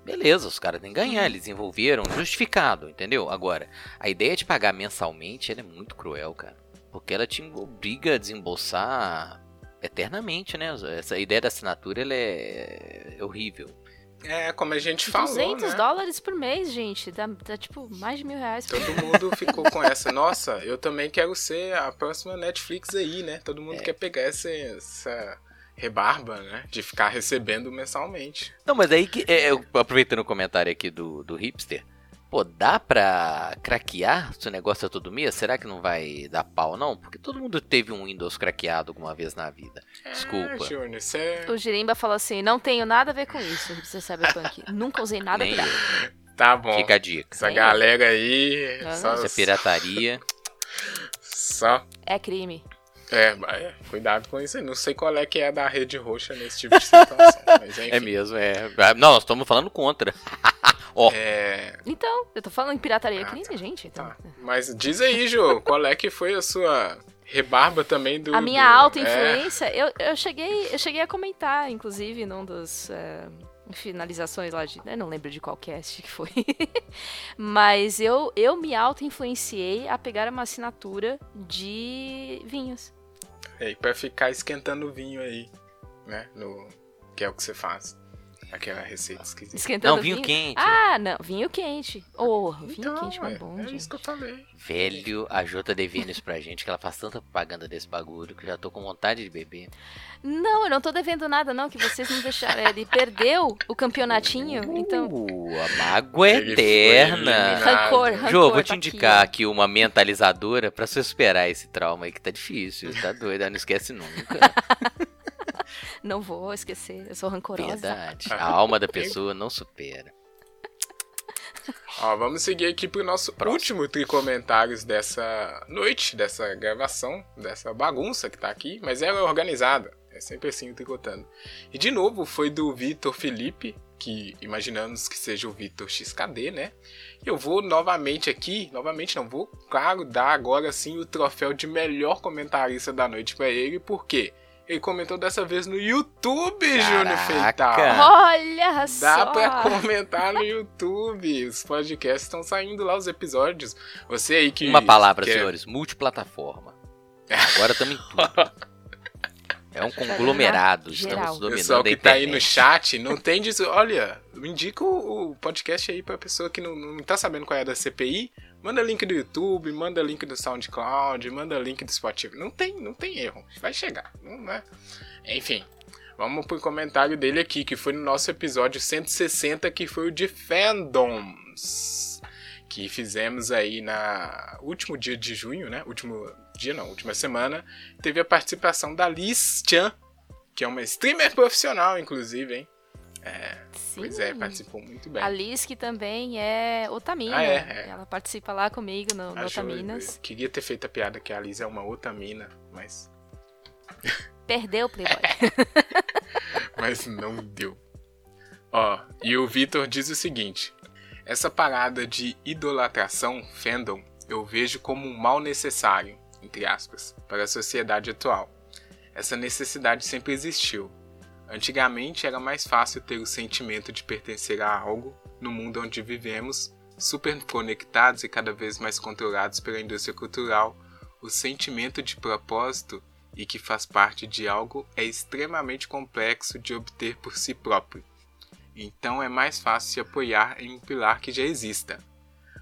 [SPEAKER 3] Beleza, os caras têm que ganhar, eles envolveram, justificado, entendeu? Agora, a ideia de pagar mensalmente, ela é muito cruel, cara. Porque ela te obriga a desembolsar eternamente, né? Essa ideia da assinatura, ela é horrível.
[SPEAKER 1] É, como a gente falou,
[SPEAKER 4] 200
[SPEAKER 1] né?
[SPEAKER 4] dólares por mês, gente. Dá, dá, tipo mais de mil reais por
[SPEAKER 1] Todo mundo ficou com essa. Nossa, eu também quero ser a próxima Netflix aí, né? Todo
[SPEAKER 3] É.
[SPEAKER 1] mundo quer pegar essa, essa rebarba, né? De ficar recebendo mensalmente.
[SPEAKER 3] Não, mas aí que. é, eu- aproveitando o comentário aqui do, do hipster. Pô, dá pra craquear se o negócio é todo mês? Será que não vai dar pau, não? Porque todo mundo teve um Windows craqueado alguma vez na vida. Desculpa.
[SPEAKER 1] É, Júnior, você
[SPEAKER 4] O Jirimba falou assim: não tenho nada a ver com isso, você sabe, Punk. Nunca usei nada
[SPEAKER 3] Nem
[SPEAKER 4] pra
[SPEAKER 3] eu.
[SPEAKER 1] tá bom.
[SPEAKER 3] Fica a dica.
[SPEAKER 1] Essa galera aí.
[SPEAKER 4] Ah.
[SPEAKER 1] Só,
[SPEAKER 3] Isso é pirataria.
[SPEAKER 1] só
[SPEAKER 4] É crime.
[SPEAKER 1] É, mas é, cuidado com isso. Eu não sei qual é que é da rede roxa nesse tipo de
[SPEAKER 3] [LAUGHS]
[SPEAKER 1] situação. mas [LAUGHS] enfim.
[SPEAKER 3] É mesmo, é. Ah, Não, nós estamos falando contra. Ó,
[SPEAKER 1] É,
[SPEAKER 4] Então, eu tô falando em pirataria é
[SPEAKER 1] Ah,
[SPEAKER 4] crime, gente. Então.
[SPEAKER 1] tá. Mas diz aí, Ju, qual é que foi a sua rebarba também do.
[SPEAKER 4] A minha
[SPEAKER 1] do-
[SPEAKER 4] alta
[SPEAKER 1] é,
[SPEAKER 4] influência, eu, eu, cheguei, eu cheguei a comentar, inclusive, num dos eh, finalizações lá de. Eu não lembro de qual cast que foi. [LAUGHS] Mas eu, eu me auto-influenciei a pegar uma assinatura de vinhos.
[SPEAKER 1] é, pra ficar esquentando o vinho aí, né? No, que é o que você faz. Aquela receita esquisita.
[SPEAKER 4] Esquentando
[SPEAKER 3] não, vinho quente.
[SPEAKER 4] Ah, não, vinho quente. Oh, vinho
[SPEAKER 1] Então,
[SPEAKER 4] quente,
[SPEAKER 1] é,
[SPEAKER 4] mas bom,
[SPEAKER 1] é
[SPEAKER 4] gente.
[SPEAKER 1] isso que eu falei.
[SPEAKER 3] Velho, a Jô tá devendo isso pra gente, que ela faz tanta propaganda desse bagulho que eu já tô com vontade de beber.
[SPEAKER 4] Não, eu não tô devendo nada, não, que vocês não deixaram. Ele perdeu o campeonatinho, então.
[SPEAKER 3] Uh, a mágoa é
[SPEAKER 1] Ele foi
[SPEAKER 3] eterna.
[SPEAKER 1] eliminado.
[SPEAKER 4] Rancor, rancor.
[SPEAKER 3] Jô, vou te
[SPEAKER 4] tá aqui,
[SPEAKER 3] indicar
[SPEAKER 4] ó.
[SPEAKER 3] aqui uma mentalizadora pra você superar esse trauma aí que tá difícil, tá doida, não esquece nunca.
[SPEAKER 4] [LAUGHS] Não vou esquecer, eu sou rancorosa.
[SPEAKER 3] Verdade. A alma da pessoa não supera.
[SPEAKER 1] Ó, vamos seguir aqui pro nosso último tricomentários dessa noite, dessa gravação, dessa bagunça que tá aqui, mas ela é organizada. É sempre assim o tricotando. E de novo foi do Vitor Felipe, que imaginamos que seja o Vitor XKD, né? E eu vou novamente aqui, novamente não, vou, claro, dar agora sim o troféu de melhor comentarista da noite para ele, porque ele comentou dessa vez no YouTube, Júnior Feital.
[SPEAKER 4] Olha
[SPEAKER 1] Dá
[SPEAKER 4] só!
[SPEAKER 1] pra [LAUGHS] comentar no YouTube. Os podcasts estão saindo lá, os episódios. Você aí que.
[SPEAKER 3] Uma palavra,
[SPEAKER 1] que é-
[SPEAKER 3] senhores, multiplataforma. Agora estamos em
[SPEAKER 1] [LAUGHS]
[SPEAKER 3] tudo. É um conglomerado,
[SPEAKER 4] Tá Geral.
[SPEAKER 3] estamos dominando
[SPEAKER 1] Pessoal
[SPEAKER 3] a
[SPEAKER 1] que tá aí
[SPEAKER 3] internet.
[SPEAKER 1] no chat, não tem disso. Olha, indica o, o podcast aí pra pessoa que não, não tá sabendo qual é da CPI. Manda link do YouTube, manda link do SoundCloud, manda link do Spotify. Não tem, não tem erro. Vai chegar, não é? Enfim, vamos pro comentário dele aqui, que foi no nosso episódio 160, que foi o de Fandoms. Que fizemos aí na último dia de junho, né? Último dia não, última semana. Teve a participação da Liz Chan, que é uma streamer profissional, inclusive, hein?
[SPEAKER 4] Sim.
[SPEAKER 1] Pois é, participou muito bem.
[SPEAKER 4] A Liz, que também é Otamina.
[SPEAKER 1] Ah, é, Ah, é.
[SPEAKER 4] Ela participa lá comigo no, no
[SPEAKER 1] Acho-
[SPEAKER 4] Otaminas.
[SPEAKER 1] eu Queria ter feito a piada que a Liz é uma outra mina, mas,
[SPEAKER 4] Perdeu o Playboy.
[SPEAKER 1] [LAUGHS] mas não deu. Ó, e o Vitor diz o seguinte: essa parada de idolatração, fandom, eu vejo como um mal necessário, entre aspas, para a sociedade atual. Essa necessidade sempre existiu. Antigamente era mais fácil ter o sentimento de pertencer a algo no mundo onde vivemos, super conectados e cada vez mais controlados pela indústria cultural. O sentimento de propósito e que faz parte de algo é extremamente complexo de obter por si próprio. Então é mais fácil se apoiar em um pilar que já exista,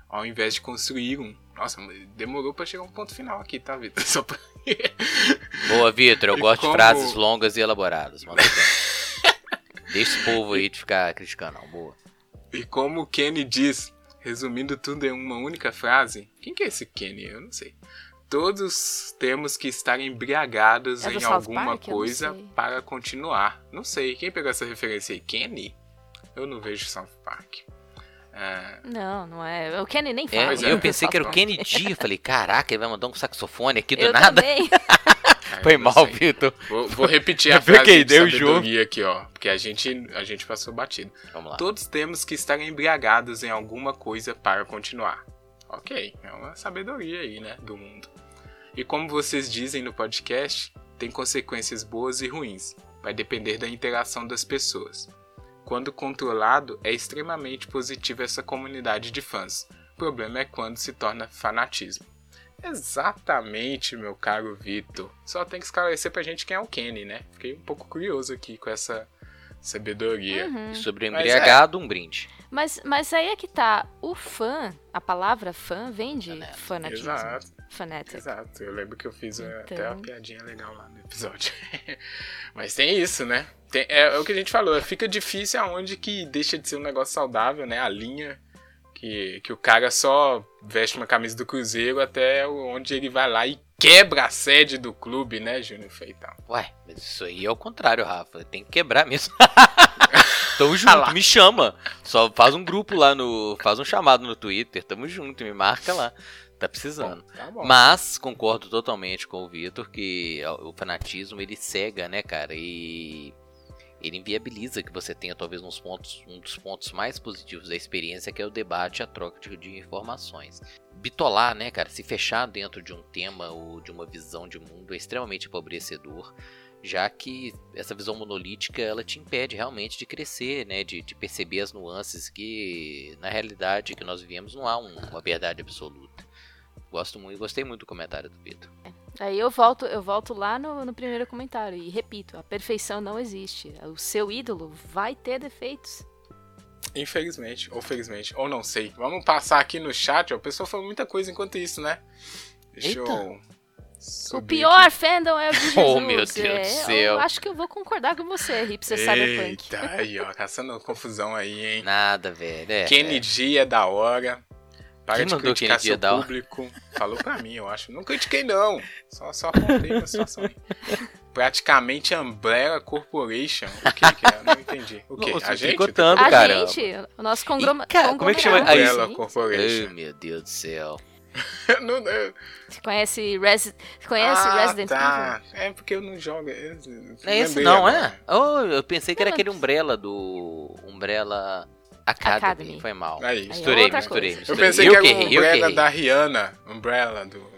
[SPEAKER 1] ao invés de construir um. Nossa, demorou para chegar a um ponto final aqui, tá, Vitor? [LAUGHS] Só pra...
[SPEAKER 3] Boa, Vitor, eu
[SPEAKER 1] E
[SPEAKER 3] gosto
[SPEAKER 1] como-
[SPEAKER 3] de frases longas e elaboradas. manda
[SPEAKER 1] [LAUGHS]
[SPEAKER 3] bem. Deixa esse povo aí de ficar criticando, não, boa.
[SPEAKER 1] E como o Kenny diz, resumindo tudo em uma única frase, quem que é esse Kenny? Eu não sei. Todos temos que estar embriagados
[SPEAKER 4] É do
[SPEAKER 1] em
[SPEAKER 4] South
[SPEAKER 1] alguma
[SPEAKER 4] Park? Eu não
[SPEAKER 1] coisa
[SPEAKER 4] sei.
[SPEAKER 1] para continuar. Não sei, quem pegou essa referência aí? Kenny? Eu não vejo South Park. Ah,
[SPEAKER 4] Não, não é. O Kenny nem
[SPEAKER 3] É,
[SPEAKER 4] fala.
[SPEAKER 1] Pois é.
[SPEAKER 3] eu pensei que era o
[SPEAKER 1] South
[SPEAKER 3] Kennedy, eu falei, caraca, ele vai mandar um saxofone aqui do
[SPEAKER 4] [LAUGHS] eu
[SPEAKER 1] [LAUGHS]
[SPEAKER 3] nada.
[SPEAKER 4] Também.
[SPEAKER 1] cara,
[SPEAKER 3] Foi
[SPEAKER 1] eu não
[SPEAKER 3] mal,
[SPEAKER 1] sei.
[SPEAKER 3] Vitor.
[SPEAKER 1] Vou, vou
[SPEAKER 3] [LAUGHS]
[SPEAKER 1] repetir a
[SPEAKER 3] Eu peguei,
[SPEAKER 1] frase
[SPEAKER 3] dei o
[SPEAKER 1] de sabedoria aqui, ó. Porque a gente, a gente passou batido.
[SPEAKER 3] Vamos lá.
[SPEAKER 1] Todos temos que estar embriagados em alguma coisa para continuar. Ok, é uma sabedoria aí, né, do mundo. E como vocês dizem no podcast, tem consequências boas e ruins. Vai depender da interação das pessoas. Quando controlado, é extremamente positiva essa comunidade de fãs. O problema é quando se torna fanatismo. Exatamente, meu caro Vitor. Só tem que esclarecer pra gente quem é o Kenny, né? Fiquei um pouco curioso aqui com essa sabedoria.
[SPEAKER 4] Uhum.
[SPEAKER 3] E sobre o
[SPEAKER 1] Mas é.
[SPEAKER 3] embriagado, um brinde.
[SPEAKER 4] Mas, mas aí é que tá. O fã, a palavra fã vem de é fanatismo.
[SPEAKER 1] Exato,
[SPEAKER 4] Fanatic.
[SPEAKER 1] exato. Eu lembro que eu fiz eh,
[SPEAKER 4] Então.
[SPEAKER 1] até uma piadinha legal lá no episódio. [LAUGHS] Mas tem isso, né? Tem- é, é o que a gente falou, fica difícil aonde que deixa de ser um negócio saudável, né? A linha que, que o cara só veste uma camisa do Cruzeiro até o- onde ele vai lá e quebra a sede do clube, né, Júnior Feital?
[SPEAKER 3] Ué, mas isso aí é o contrário, Rafa. Tem que quebrar mesmo.
[SPEAKER 1] [LAUGHS]
[SPEAKER 3] Tamo
[SPEAKER 1] Ah
[SPEAKER 3] junto,
[SPEAKER 1] lá.
[SPEAKER 3] me chama. Só faz um grupo lá no. Faz um chamado no Twitter. Tamo junto, me marca lá. Tá precisando.
[SPEAKER 1] Tá bom.
[SPEAKER 3] Mas concordo totalmente com o Vitor que o fanatismo ele cega, né, cara? E ele inviabiliza que você tenha talvez uns pontos, um dos pontos mais positivos da experiência, que é o debate, e a troca de, de informações. Bitolar, né, cara? Se fechar dentro de um tema ou de uma visão de mundo é extremamente empobrecedor, já que essa visão monolítica ela te impede realmente de crescer, né? De, de perceber as nuances que na realidade que nós vivemos não há um- uma verdade absoluta. Gosto muito, gostei muito do comentário do Vitor.
[SPEAKER 4] Aí eu volto, eu volto lá no, no primeiro comentário e repito, a perfeição não existe. O seu ídolo vai ter defeitos.
[SPEAKER 1] Infelizmente, ou felizmente, ou não sei. Vamos passar aqui no chat, ó. O pessoal falou muita coisa enquanto isso, né? Deixa
[SPEAKER 3] Eita.
[SPEAKER 1] eu.
[SPEAKER 4] O
[SPEAKER 1] subir
[SPEAKER 4] pior fandom
[SPEAKER 1] [LAUGHS]
[SPEAKER 4] é o de Jesus.
[SPEAKER 3] Oh, meu Deus
[SPEAKER 4] É,
[SPEAKER 3] do
[SPEAKER 4] eu
[SPEAKER 3] céu.
[SPEAKER 4] acho que eu vou concordar com você, Hipster Cyberpunk.
[SPEAKER 1] Eita, aí, ó, caçando confusão aí, hein?
[SPEAKER 3] Nada, velho. É,
[SPEAKER 1] Kennedy é da hora. Para
[SPEAKER 3] Quem
[SPEAKER 1] de
[SPEAKER 3] mandou
[SPEAKER 1] criticar
[SPEAKER 3] Kennedy é
[SPEAKER 1] seu
[SPEAKER 3] da hora?
[SPEAKER 1] público. Falou pra mim, eu acho. Não critiquei, não. Só, só apontei uma situação aí. Praticamente Umbrella Corporation. O que que é? Não entendi. O que?
[SPEAKER 3] Nossa,
[SPEAKER 1] A gente?
[SPEAKER 3] ficou tanto.
[SPEAKER 4] a
[SPEAKER 3] caramba.
[SPEAKER 4] gente, o nosso congroma
[SPEAKER 3] E, cara, como é que chama-
[SPEAKER 4] conglomerado,
[SPEAKER 3] aí-
[SPEAKER 1] Umbrella
[SPEAKER 4] sim.
[SPEAKER 1] Corporation.
[SPEAKER 3] Ai, meu Deus do céu. É.
[SPEAKER 1] [LAUGHS] Não- não-
[SPEAKER 4] Você conhece, Resi... você conhece
[SPEAKER 1] Ah,
[SPEAKER 4] Resident Evil?
[SPEAKER 1] tá. É porque eu não jogo. eu-
[SPEAKER 3] Não é esse
[SPEAKER 1] lembrei
[SPEAKER 3] não,
[SPEAKER 1] agora.
[SPEAKER 3] é? Oh, eu pensei que
[SPEAKER 4] Não,
[SPEAKER 3] era
[SPEAKER 4] mas-
[SPEAKER 3] aquele Umbrella do... Umbrella Academy.
[SPEAKER 4] Academy.
[SPEAKER 3] Foi mal.
[SPEAKER 1] Aí, é
[SPEAKER 3] Misturei,
[SPEAKER 4] é outra
[SPEAKER 3] misturei,
[SPEAKER 4] coisa.
[SPEAKER 1] Eu
[SPEAKER 3] misturei.
[SPEAKER 1] pensei que
[SPEAKER 3] que
[SPEAKER 1] era
[SPEAKER 3] errei,
[SPEAKER 1] o
[SPEAKER 3] eu que
[SPEAKER 1] Umbrella
[SPEAKER 3] errei.
[SPEAKER 1] da Rihanna. Umbrella do.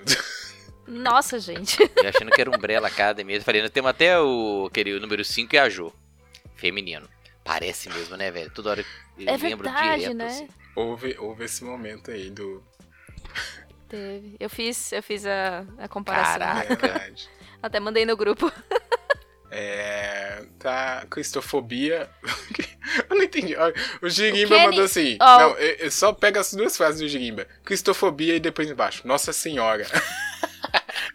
[SPEAKER 1] [LAUGHS]
[SPEAKER 4] Nossa, gente.
[SPEAKER 3] Eu achando que era Umbrella Academy. Eu falei, nós temos até o, aquele, o número 5 é a Jo. Feminino. Parece mesmo, né, velho? Toda hora eu
[SPEAKER 4] É
[SPEAKER 3] lembro
[SPEAKER 4] verdade,
[SPEAKER 3] direto.
[SPEAKER 4] né?
[SPEAKER 3] assim.
[SPEAKER 1] Houve, houve esse momento aí do.
[SPEAKER 4] Teve. Eu fiz, eu fiz a, a comparação.
[SPEAKER 3] Caraca.
[SPEAKER 1] é
[SPEAKER 4] [LAUGHS]
[SPEAKER 1] Verdade.
[SPEAKER 4] Até mandei no grupo.
[SPEAKER 1] É, tá. Cristofobia. [LAUGHS] eu não entendi. Olha, O Girimba
[SPEAKER 4] Kenny-
[SPEAKER 1] mandou assim.
[SPEAKER 4] Ó.
[SPEAKER 1] Não, eu, eu só pega as duas frases do Girimba: Cristofobia e depois embaixo. Nossa Senhora.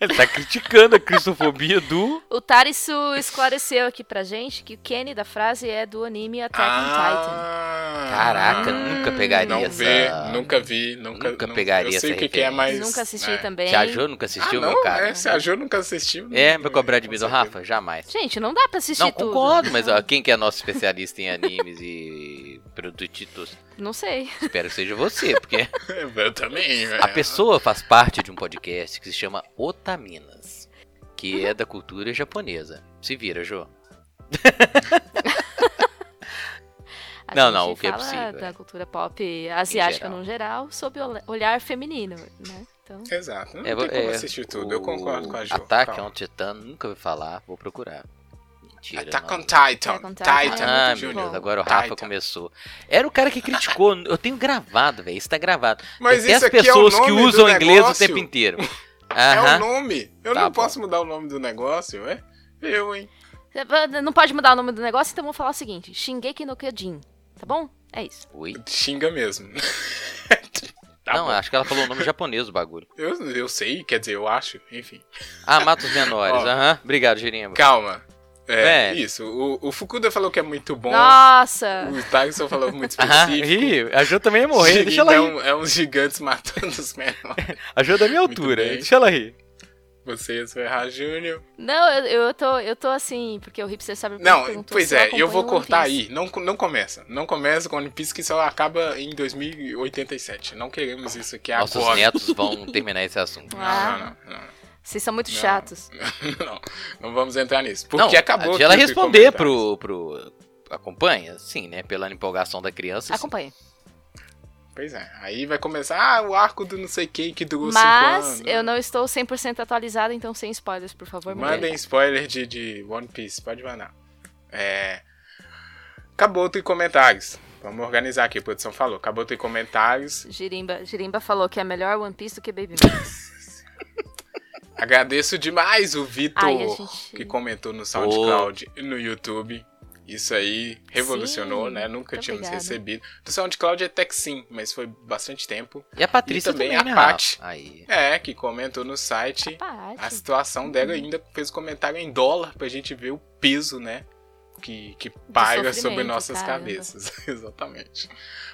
[SPEAKER 3] Ele tá criticando a cristofobia do...
[SPEAKER 4] O Tarisu esclareceu aqui pra gente que o Kenny da frase é do anime Attack on
[SPEAKER 1] Ah,
[SPEAKER 4] Titan.
[SPEAKER 3] Caraca, nunca pegaria
[SPEAKER 1] não
[SPEAKER 3] essa-
[SPEAKER 1] vê, Nunca vi, nunca.
[SPEAKER 3] Nunca
[SPEAKER 1] nu-
[SPEAKER 3] pegaria
[SPEAKER 1] Eu sei o
[SPEAKER 3] essa
[SPEAKER 1] que, que é, mas.
[SPEAKER 4] Nunca assisti
[SPEAKER 1] é.
[SPEAKER 4] também.
[SPEAKER 3] Se a Jo nunca
[SPEAKER 1] Ah,
[SPEAKER 3] assistiu,
[SPEAKER 1] não,
[SPEAKER 3] meu cara?
[SPEAKER 1] É, se a Jo nunca assistiu.
[SPEAKER 3] É,
[SPEAKER 1] não-
[SPEAKER 3] vai cobrar de
[SPEAKER 1] com
[SPEAKER 3] mim do
[SPEAKER 1] certeza.
[SPEAKER 3] Rafa? Jamais.
[SPEAKER 4] Gente, não dá pra assistir
[SPEAKER 3] Não,
[SPEAKER 4] tudo.
[SPEAKER 3] concordo, mas ó, quem que é nosso especialista em animes e produtos?
[SPEAKER 4] Não sei.
[SPEAKER 3] Espero que seja você, porque
[SPEAKER 1] Eu também, velho.
[SPEAKER 3] a pessoa faz parte de um podcast que se chama Otaminas, que é da cultura japonesa. Se vira, Jô.
[SPEAKER 4] A
[SPEAKER 3] Não,
[SPEAKER 4] gente
[SPEAKER 3] não, o que é
[SPEAKER 4] fala
[SPEAKER 3] possível,
[SPEAKER 4] da
[SPEAKER 3] é.
[SPEAKER 4] cultura pop asiática
[SPEAKER 3] geral.
[SPEAKER 4] no geral, sob o olhar feminino, né? Então,
[SPEAKER 1] Exato. Não
[SPEAKER 3] É,
[SPEAKER 1] tem como
[SPEAKER 3] é,
[SPEAKER 1] assistir tudo. Eu
[SPEAKER 3] o
[SPEAKER 1] concordo com a Jo.
[SPEAKER 3] Ataque a
[SPEAKER 1] Calma.
[SPEAKER 3] um Titã, nunca ouvi falar, vou procurar. Mentira.
[SPEAKER 1] Attack
[SPEAKER 3] não.
[SPEAKER 1] on Titan.
[SPEAKER 4] Attack on Titan.
[SPEAKER 1] Titan.
[SPEAKER 3] Ah, meu
[SPEAKER 1] Junior.
[SPEAKER 3] Deus, agora o Rafa
[SPEAKER 1] Titan.
[SPEAKER 3] começou. Era o cara que criticou, eu tenho gravado, velho, isso tá gravado.
[SPEAKER 1] Mas
[SPEAKER 3] Até
[SPEAKER 1] isso
[SPEAKER 3] as
[SPEAKER 1] aqui é o
[SPEAKER 3] pessoas
[SPEAKER 1] nome
[SPEAKER 3] que
[SPEAKER 1] do
[SPEAKER 3] usam inglês o
[SPEAKER 1] negócio.
[SPEAKER 3] tempo inteiro.
[SPEAKER 1] [LAUGHS] É
[SPEAKER 3] Aham.
[SPEAKER 1] o nome. Eu
[SPEAKER 3] Tá
[SPEAKER 1] não
[SPEAKER 3] bom.
[SPEAKER 1] posso mudar o nome do negócio, é? Eu, hein?
[SPEAKER 4] não pode mudar o nome do negócio, então vou falar o seguinte: Shingeki no Kyojin, tá bom? É isso.
[SPEAKER 3] Ui.
[SPEAKER 1] Xinga mesmo. [LAUGHS] Tá
[SPEAKER 3] não, é.
[SPEAKER 1] bom.
[SPEAKER 3] acho que ela falou o nome japonês do bagulho.
[SPEAKER 1] Eu, eu sei, quer dizer, eu acho. Enfim.
[SPEAKER 3] Ah, mata os menores.
[SPEAKER 1] [LAUGHS] Ó.
[SPEAKER 3] Aham. Obrigado, Jirimba.
[SPEAKER 1] Calma. É,
[SPEAKER 3] É.
[SPEAKER 1] isso. O, o Fukuda falou que é muito bom.
[SPEAKER 4] Nossa!
[SPEAKER 1] O Tyson falou muito
[SPEAKER 3] Aham.
[SPEAKER 1] específico.
[SPEAKER 3] Ih, a Jo também ia morrer. Deixa ela
[SPEAKER 1] Girimba é,
[SPEAKER 3] rir.
[SPEAKER 1] um, é uns gigantes [LAUGHS] matando os menores.
[SPEAKER 3] A Jo é da minha
[SPEAKER 1] Muito
[SPEAKER 3] altura.
[SPEAKER 1] bem.
[SPEAKER 3] Deixa ela rir.
[SPEAKER 1] Vocês, Ferrar Júnior.
[SPEAKER 4] Não, eu, eu, tô, eu tô assim, porque o hipster sabe
[SPEAKER 1] Não,
[SPEAKER 4] perguntou
[SPEAKER 1] pois
[SPEAKER 4] se eu
[SPEAKER 1] é, eu vou
[SPEAKER 4] acompanho One
[SPEAKER 1] cortar
[SPEAKER 4] Piece.
[SPEAKER 1] aí. Não, não começa. Não começa com One Piece que só acaba em 2087. Não queremos isso aqui
[SPEAKER 3] Nossos
[SPEAKER 1] agora.
[SPEAKER 3] netos vão terminar esse assunto.
[SPEAKER 1] Não,
[SPEAKER 4] Ah,
[SPEAKER 1] não, não, não,
[SPEAKER 4] vocês são muito
[SPEAKER 1] Não.
[SPEAKER 4] chatos.
[SPEAKER 1] não. Não vamos entrar nisso.
[SPEAKER 3] não,
[SPEAKER 1] Porque acabou.
[SPEAKER 3] deixa ela
[SPEAKER 1] aqui o
[SPEAKER 3] responder
[SPEAKER 1] comentário.
[SPEAKER 3] pro, pro... Acompanha? Sim, né? Pela empolgação da criança. sim.
[SPEAKER 4] Acompanha.
[SPEAKER 1] Pois é, aí vai começar ah, o arco do não sei quem que durou 5 anos.
[SPEAKER 4] Mas eu não estou 100% atualizada, então sem spoilers, por favor. me
[SPEAKER 1] Mandem
[SPEAKER 4] perdoem.
[SPEAKER 1] spoiler de, de One Piece, pode mandar. É. Acabou o comentários. Vamos organizar aqui, a produção falou. Acabou o comentários.
[SPEAKER 4] Jirimba, Jirimba falou que é melhor One Piece do que Baby Metal.
[SPEAKER 1] Agradeço demais o Vitor
[SPEAKER 4] Ai, a gente-
[SPEAKER 1] que comentou no SoundCloud e no YouTube. Isso aí revolucionou,
[SPEAKER 4] Sim,
[SPEAKER 1] né? Nunca
[SPEAKER 4] muito
[SPEAKER 1] tínhamos
[SPEAKER 4] obrigada.
[SPEAKER 1] recebido. Do SoundCloud até que sim, mas foi bastante tempo.
[SPEAKER 3] E a Patrícia
[SPEAKER 1] E também
[SPEAKER 3] também,
[SPEAKER 1] a
[SPEAKER 3] né, Rafa?
[SPEAKER 1] Paty.
[SPEAKER 3] Aí.
[SPEAKER 1] É, que comentou no site. A
[SPEAKER 4] Parte.
[SPEAKER 1] situação dela
[SPEAKER 4] Uhum.
[SPEAKER 1] ainda fez um comentário em dólar pra gente ver o peso, né? Que, que paira sobre
[SPEAKER 4] sofrimento,
[SPEAKER 1] nossas
[SPEAKER 4] caramba.
[SPEAKER 1] cabeças. [LAUGHS] Exatamente.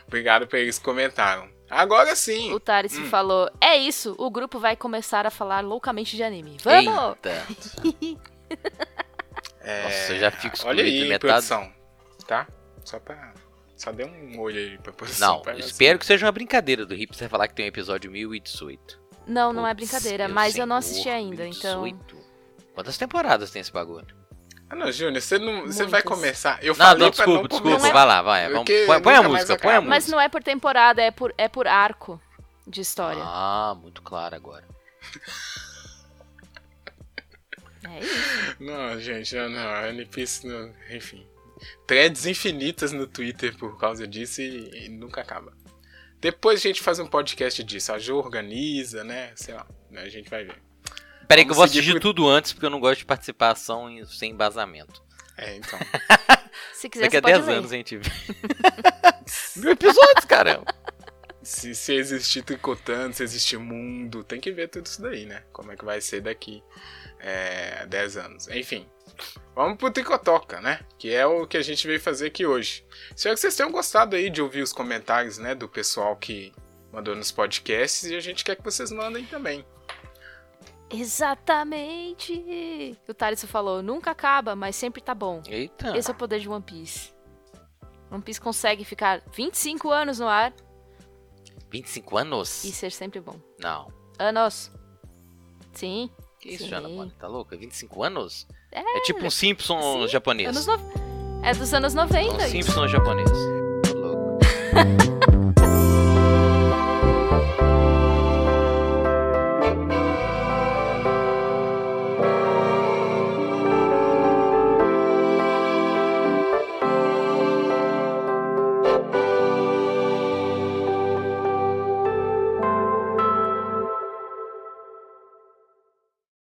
[SPEAKER 1] Obrigado por eles que comentaram. Agora sim.
[SPEAKER 4] O Taris
[SPEAKER 1] Hum.
[SPEAKER 4] falou: É isso, o grupo vai começar a falar loucamente de anime. Vamos!
[SPEAKER 3] Eita.
[SPEAKER 1] É,
[SPEAKER 3] Nossa, eu já fico excluído
[SPEAKER 1] Olha aí,
[SPEAKER 3] metade.
[SPEAKER 1] produção. Tá? Só pra. Só dê um olho aí pra produção.
[SPEAKER 3] Não,
[SPEAKER 1] pra
[SPEAKER 3] eu
[SPEAKER 1] ver se-
[SPEAKER 3] espero que seja uma brincadeira do Hipster falar que tem um episódio 1018.
[SPEAKER 4] Não, não é
[SPEAKER 3] Putz,
[SPEAKER 4] brincadeira,
[SPEAKER 3] meu
[SPEAKER 4] mas eu não
[SPEAKER 3] senhor,
[SPEAKER 4] assisti ainda, então.
[SPEAKER 3] 18. Quantas temporadas tem esse bagulho?
[SPEAKER 1] Ah, não, Júnior, você não. Você vai
[SPEAKER 4] Muitas.
[SPEAKER 1] começar. Eu
[SPEAKER 3] não,
[SPEAKER 1] falei pra
[SPEAKER 3] não, desculpa,
[SPEAKER 1] não
[SPEAKER 3] desculpa.
[SPEAKER 1] começar.
[SPEAKER 3] Vai lá, vai. Vamos,
[SPEAKER 1] Porque
[SPEAKER 3] põe, põe a
[SPEAKER 1] nunca mais
[SPEAKER 3] música, põe a
[SPEAKER 1] acaba.
[SPEAKER 4] Mas
[SPEAKER 3] música.
[SPEAKER 4] não é por temporada, é por, é por arco de história.
[SPEAKER 3] Ah, muito claro agora.
[SPEAKER 4] É isso.
[SPEAKER 1] Não, gente, não, não. a NPC, não, enfim. Threads infinitas no Twitter por causa disso e, e nunca acaba. Depois a gente faz um podcast disso. A Jo organiza, né? Sei lá. né, A gente vai ver.
[SPEAKER 3] Peraí que eu vou
[SPEAKER 1] seguir
[SPEAKER 3] assistir
[SPEAKER 1] por-
[SPEAKER 3] tudo antes, porque eu não gosto de participação em- sem embasamento.
[SPEAKER 1] É, então.
[SPEAKER 4] Se quiser,
[SPEAKER 3] Daqui
[SPEAKER 4] você
[SPEAKER 3] a
[SPEAKER 4] pode
[SPEAKER 3] 10
[SPEAKER 4] ler.
[SPEAKER 3] anos a gente vê. [LAUGHS] Mil episódios,
[SPEAKER 4] [LAUGHS]
[SPEAKER 3] caramba.
[SPEAKER 1] se, se existir tricotando, se existir mundo, tem que ver tudo isso daí, né? Como é que vai ser daqui é, 10 anos. Enfim, vamos pro Tricotoca, né? Que é o que a gente veio fazer aqui hoje. Espero que vocês tenham gostado aí de ouvir os comentários, né? Do pessoal que mandou nos podcasts e a gente quer que vocês mandem também.
[SPEAKER 4] Exatamente! O Tarisso falou: nunca acaba, mas sempre tá bom.
[SPEAKER 3] Eita.
[SPEAKER 4] Esse é o poder de One Piece. One Piece consegue ficar 25 anos no ar
[SPEAKER 3] 25 anos?
[SPEAKER 4] e ser sempre bom.
[SPEAKER 3] Não.
[SPEAKER 4] Anos! Sim.
[SPEAKER 3] Que isso,
[SPEAKER 4] Sim.
[SPEAKER 3] Jana, mano? Tá louca? 25 anos?
[SPEAKER 4] É,
[SPEAKER 3] É tipo um Simpson japonês.
[SPEAKER 4] anos no... É dos anos 90.
[SPEAKER 3] Um
[SPEAKER 4] isso.
[SPEAKER 3] Simpson japonês. Tô louco.